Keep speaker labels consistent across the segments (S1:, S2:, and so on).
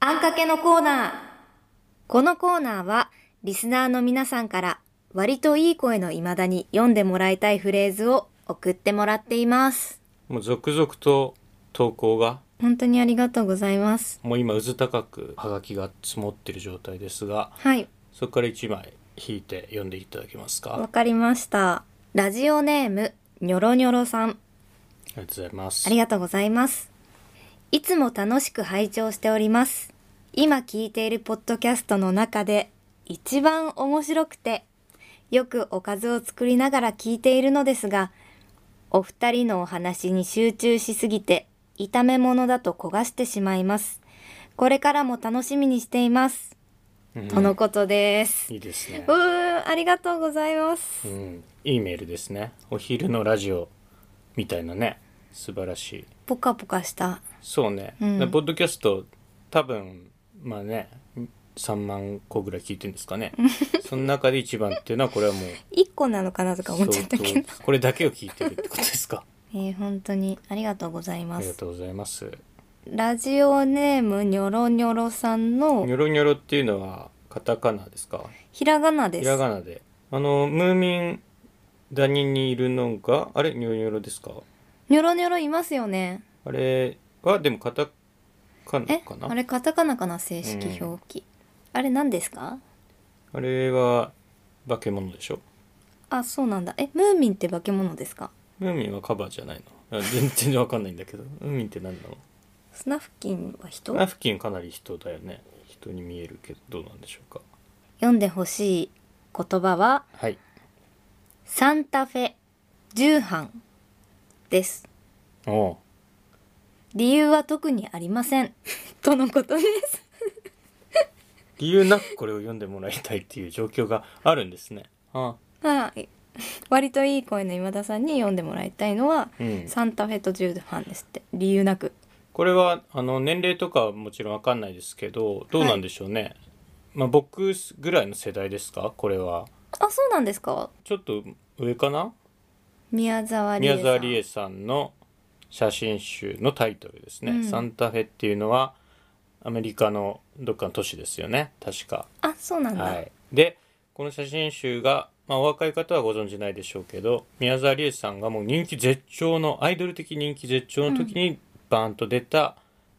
S1: あんかけのコーナー。このコーナーは、リスナーの皆さんから、割といい声の未だに読んでもらいたいフレーズを送ってもらっています。
S2: もう続々と投稿が
S1: 本当にありがとうございます。
S2: もう今うず高くはがきが積もってる状態ですが
S1: はい、
S2: そこから1枚引いて読んでいただけますかあり
S1: わかりました。ラジオネーム、にょろにょろさん。
S2: がとうございます
S1: ありがとうございます。いつも楽しく拝聴しております。今聞いているポッドキャストの中で一番面白くて、よくおかずを作りながら聞いているのですが、お二人のお話に集中しすぎて、炒め物だと焦がしてしまいます。これからも楽しみにしています。
S2: うん
S1: とのことです。
S2: いいですね
S1: うーん、ありがとうございます
S2: う。んいいメールですねお昼のラジオみたいなね素晴らしい
S1: ポカポカした。
S2: そうね、
S1: うん
S2: ポッドキャスト多分まあね3万個ぐらい聞いてるんですか ねその中で一番っていうのはこれはもう
S1: 一個なのかなとか思っちゃったけど
S2: 相。当これだけを聞いてるってことですか
S1: えー、本当に ありがとうござい
S2: あ
S1: ま
S2: りが
S1: す。
S2: とうございます
S1: ラジオネームにょろにょろさんの
S2: ニョロニョロっていうのはカタカナですか
S1: ひらがなで
S2: ひ
S1: す。
S2: らがなであのムーミンダニにいるのがあれニョロニョロですか
S1: にょろにょろいますよね。
S2: あれはでもカタカナ
S1: え
S2: かな
S1: あれカタカナかな正式表記。あれ何ですか
S2: あれは化け物でしょ
S1: あ、そうなんだ。え、ムーミンって化け物ですか
S2: ムーミンはカバーじゃないのあ全然わかんないんだけどムーミンって何なの
S1: スナフキンは人
S2: ナフキンかなり人だよね人に見えるけどどうなんでしょうか
S1: 読んでほしい言葉は、
S2: はい
S1: サンタフェ、重版です。
S2: おう
S1: 理由は特にありません。 とのことです。
S2: 理由なくこれを読んでもらいたいっていう状況があるんですねあ
S1: はい。割といい声の今田さんに読んでもらいたいのは、
S2: うん
S1: サンタフェとジュードハンですって理由なく
S2: これはあの年齢とかはもちろんわかんないですけどどうなんでしょうね、まあ僕ぐらいの世代ですかこれは
S1: あそうなんですか
S2: ちょっと上かな
S1: 宮沢りえさ
S2: 宮
S1: ん
S2: 沢りえさんの写真集のタイトルですね、
S1: うん
S2: サンタフェっていうのはアメリカのどっかの都市ですよね確か
S1: あそうなんだ、
S2: はい、でこの写真集が、まあ、お若い方はご存じないでしょうけど宮沢りえさんがもう人気絶頂のアイドル的人気絶頂の時にバーンと出た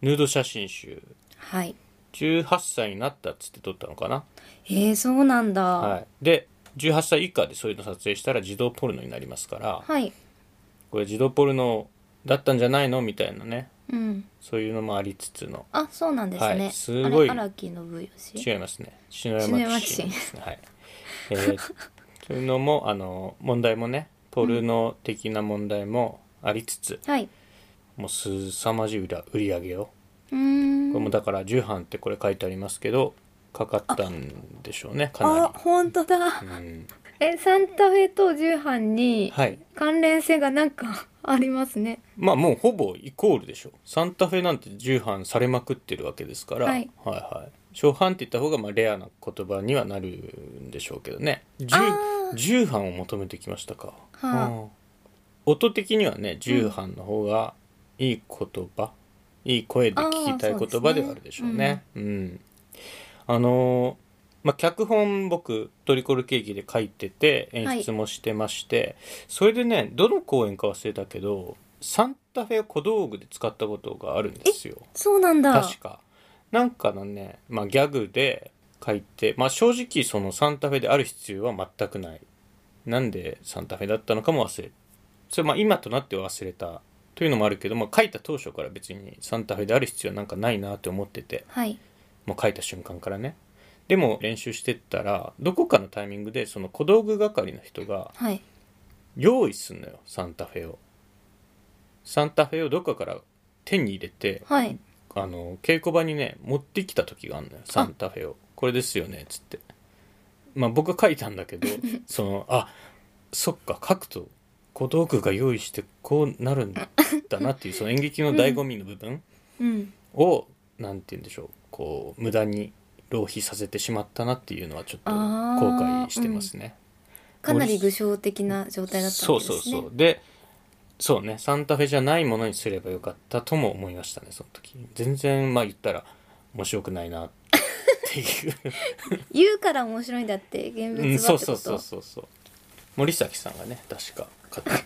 S2: ヌード写真集、
S1: はい、
S2: 18歳になったっつって撮ったのかな、
S1: えー、そうなんだは
S2: はい、で18歳以下でそういうの撮影したら児童ポルノになりますから
S1: い、
S2: これ児童ポルノだったんじゃないのみたいなね
S1: うん
S2: そういうのもありつつの
S1: あそうなんですね、
S2: はいすごい
S1: あれ荒木信義
S2: 違いますね篠山騎士ですねはい、えーというのもあの問題もねポルノ的な問題もありつつ、
S1: はいう
S2: もうすさまじい売ら売り上げを、
S1: ーん
S2: これもだから重版ってこれ書いてありますけどかかったんでしょうね
S1: あ
S2: か
S1: 本当だ、
S2: なり、うん、
S1: えサンタフェと重版に
S2: はい
S1: 関連性がなんかありますね
S2: まあもうほぼイコールでしょサンタフェなんて重版されまくってるわけですから、
S1: はい
S2: はいはい初版って言った方がまあレアな言葉にはなるんでしょうけどね重
S1: あー
S2: 重版を求めてきましたか、
S1: はあ
S2: うん音的にはね重版の方がいい言葉、いい声で聞きたい言葉ではあるでしょうねうんあのーまあ、脚本僕トリコルケーキで書いてて演出もしてまして、それでねどの公演か忘れたけどサンタフェを小道具で使ったことがあるんですよ
S1: そうなんだ
S2: 確かなんかのね、まあ、ギャグで書いて、まあ、正直そのサンタフェである必要は全くないなんでサンタフェだったのかも忘れそれまあ今となっては忘れたというのもあるけど、まあ、書いた当初から別にサンタフェである必要はなんかないなって思ってて
S1: はい
S2: もう書いた瞬間からねでも練習してったらどこかのタイミングでその小道具係の人が
S1: はい
S2: 用意すんのよサンタフェをサンタフェをどっかから手に入れて
S1: はい
S2: あの稽古場にね持ってきた時があるのよサンタフェをこれですよねっつってまあ僕は書いたんだけど そのあそっか書くと小道具が用意してこうなるんだなっていうその演劇の醍醐味の部分
S1: うん
S2: を、なんて言うんでしょうこう無駄に浪費させてしまったなっていうのはちょっと後悔してますね、
S1: かなり具象的な状態だったんですね
S2: そうそうそうでそうねサンタフェじゃないものにすればよかったとも思いましたねその時全然まあ言ったら面白くないなっていう
S1: 言うから面白いんだって現
S2: う
S1: 物
S2: ん、
S1: は
S2: そ
S1: っ
S2: う
S1: て
S2: そ
S1: こ
S2: うそう
S1: と
S2: そうそう森崎さんがね確か買 って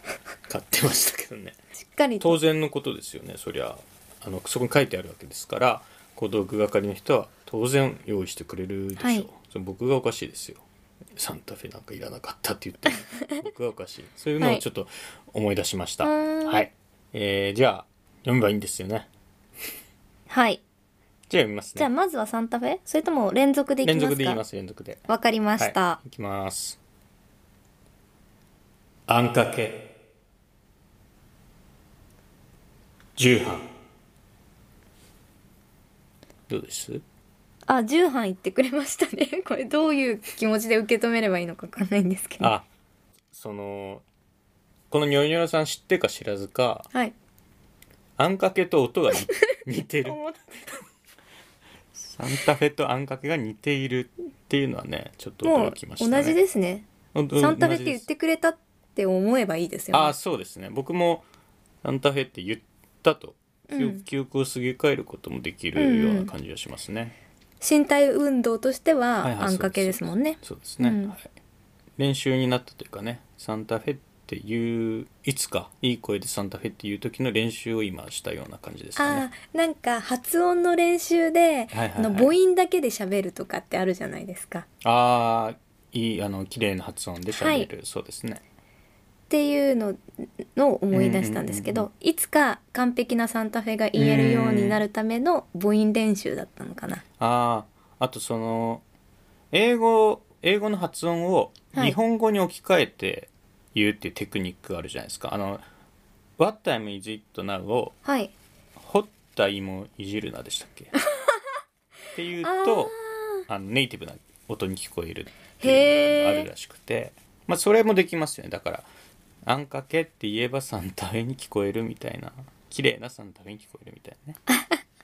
S2: 買ってましたけどね
S1: しっかり
S2: 当
S1: と
S2: 然のことですよねそりゃあのそこに書いてあるわけですから小道具係の人は当然用意してくれるでしょう、
S1: はい
S2: それ僕がおかしいですよサンタフェなんかいらなかったって言って る僕がおかしいそういうのをちょっと思い出しました
S1: は
S2: はいい、えーじゃあ読めばいいんですよね
S1: はい
S2: じゃあ読みますね
S1: じゃあまずはサンタフェそれとも連続でいきま
S2: 連
S1: すか
S2: 続で言います連続で
S1: わかりました、
S2: はい、いきますあんかけ重飯どうです
S1: あ重版言ってくれましたね これどういう気持ちで受け止めればいいのかわかんないんですけど
S2: あそのこのニョロニョロさん知ってか知らずか
S1: はい
S2: あんかけと 音がに似てる
S1: 思っ
S2: サンタフェとあんかけが似ているっていうのはねちょっと
S1: も
S2: 驚
S1: う
S2: きましたね
S1: 同じですね
S2: うんうん
S1: サンタフェって
S2: 同じで
S1: 言っ
S2: す
S1: てくれたって思えばいいですよ
S2: ああ
S1: ね
S2: そうですね僕もサンタフェって言ったと記憶,、
S1: うん
S2: 記憶をすげ替えることもできるような感じがしますね、
S1: 身体運動として
S2: はいは
S1: はいあんかけですもんね
S2: そうですね、
S1: うん
S2: はい、練習になったというかねサンタフェっていういつかいい声でサンタフェっていう時の練習を今したような感じですか
S1: あ
S2: ね
S1: ーなんか発音の練習で、
S2: はいはいはい
S1: あの母音だけで喋るとかってあるじゃないですか。っ
S2: ああいいあの綺麗な発音でしゃべる、そうですね
S1: ていうののを思い出したんですけど、
S2: うんうん
S1: いつか完璧なサンタフェが言えるようになるための母音練習だったのかな。
S2: あああとその英語英語の発音を
S1: はい
S2: 日本語に置き換えて言うっていうテクニックがあるじゃないですかあの「What time is it now?」を
S1: はい。
S2: 「ほったいもいじるな」でしたっ けっていうとあのネイティブな音に聞こえるっていうのがあるらしくて、まあ、それもできますよねだから「あんかけ」って言えばサンタフェに聞こえるみたいな綺麗なサンタフェに聞こえるみたいなね。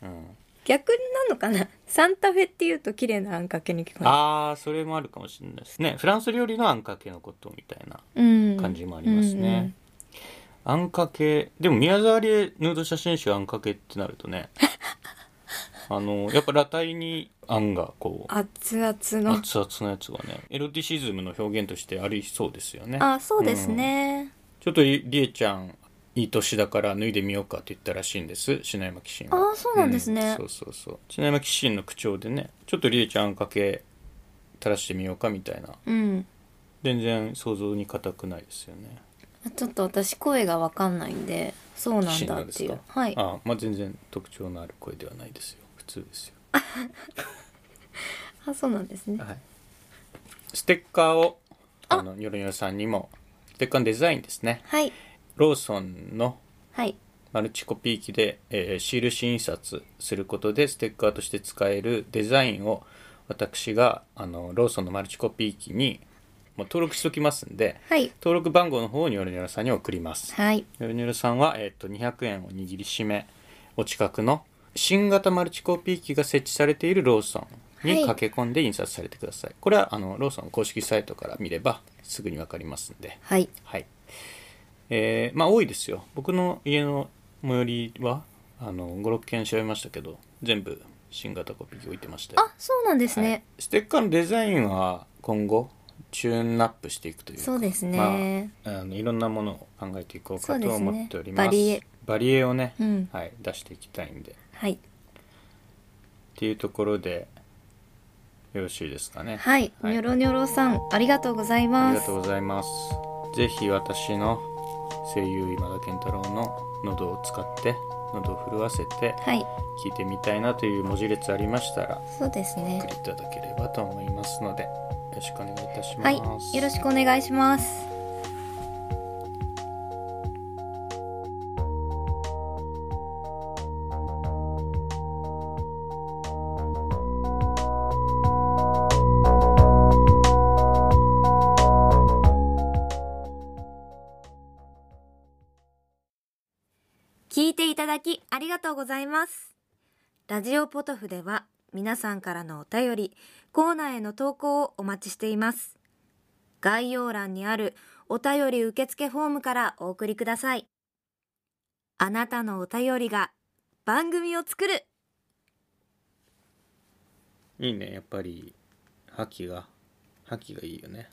S2: うん
S1: 逆なのかな。 サンタフェって言うと綺麗なあんかけに聞こえる。
S2: ああそれもあるかもしれないですねフランス料理のあんかけのことみたいな
S1: うん。
S2: 感じもありますね、あんかけでも宮沢りえヌード写真集あんかけってなる とねあのやっぱ裸体にあんがこう
S1: 熱々の。
S2: 熱々のやつがねエロティシズムの表現としてありそうですよね
S1: あ、そうですね。
S2: ちょっとりりえちゃんいい年だから脱いでみようかって言ったらしいんです篠山紀信は
S1: あーそうなんですね
S2: そうそうそう篠山紀信の口調でねちょっとりえちゃんあんかけ垂らしてみようかみたいな
S1: うん。
S2: 全然想像に難くないですよね。
S1: ちょっと私声がわかんないんで、そうなんだっ
S2: で
S1: て
S2: す
S1: いう
S2: か。。
S1: はい。
S2: ああまあ全然特徴のある声ではないですよ。普通ですよ。
S1: あ、そうなんですね。
S2: はい。ステッカーを
S1: あ
S2: あのよろよろさんにもステッカーのデザインですね。
S1: はい。
S2: ローソンの
S1: はい。
S2: マルチコピー機で、えーシール紙印刷することでステッカーとして使えるデザインを私があのローソンのマルチコピー機にもう登録しときますんで
S1: はい。
S2: 登録番号の方をニョロニョロさんに送ります。
S1: はい。
S2: ニョルニョルさんは、えー、と200円を握りしめお近くの新型マルチコピー機が設置されているローソン
S1: は
S2: に
S1: い
S2: 駆け込んで印刷されてください、これはあのローソンの公式サイトから見ればすぐに分かりますんで
S1: はい。
S2: はいえーまあ多いですよ僕の家の最寄りはあの56軒調べましたけど全部新型コピー機置いてましたよ
S1: あ、そうなんです
S2: はい
S1: ね。
S2: ステッカーのデザインは今後チューンアップしていくというか
S1: そうですね
S2: まあ、あのいろんなものを考えていこう
S1: そ
S2: か
S1: うで
S2: と
S1: すね
S2: 思っております
S1: バリエ
S2: バリエをね、
S1: うん
S2: はい、出していきたいんでっ
S1: はい。
S2: ていうところでよろしいですかね
S1: はい。
S2: はい
S1: ニョロニョロさん、ありがとうござい
S2: あ
S1: ま
S2: りが
S1: す
S2: とう。ございますぜひ私の声優今田健太郎の喉を使って喉を震わせて
S1: はい。
S2: 聞いてみたいなという文字列ありましたら
S1: そうです
S2: お
S1: ね
S2: 送。りいただければと思いますのでよろしくお願いいたします、
S1: はい。よろしくお願いします。聞いていただきありがとうございます。ラジオポトフでは皆さんからのお便り、コーナーへの投稿をお待ちしています。概要欄にあるお便り受付フォームからお送りください。あなたのお便りが番組を作る
S2: いいねやっぱり覇気が覇気がいいよね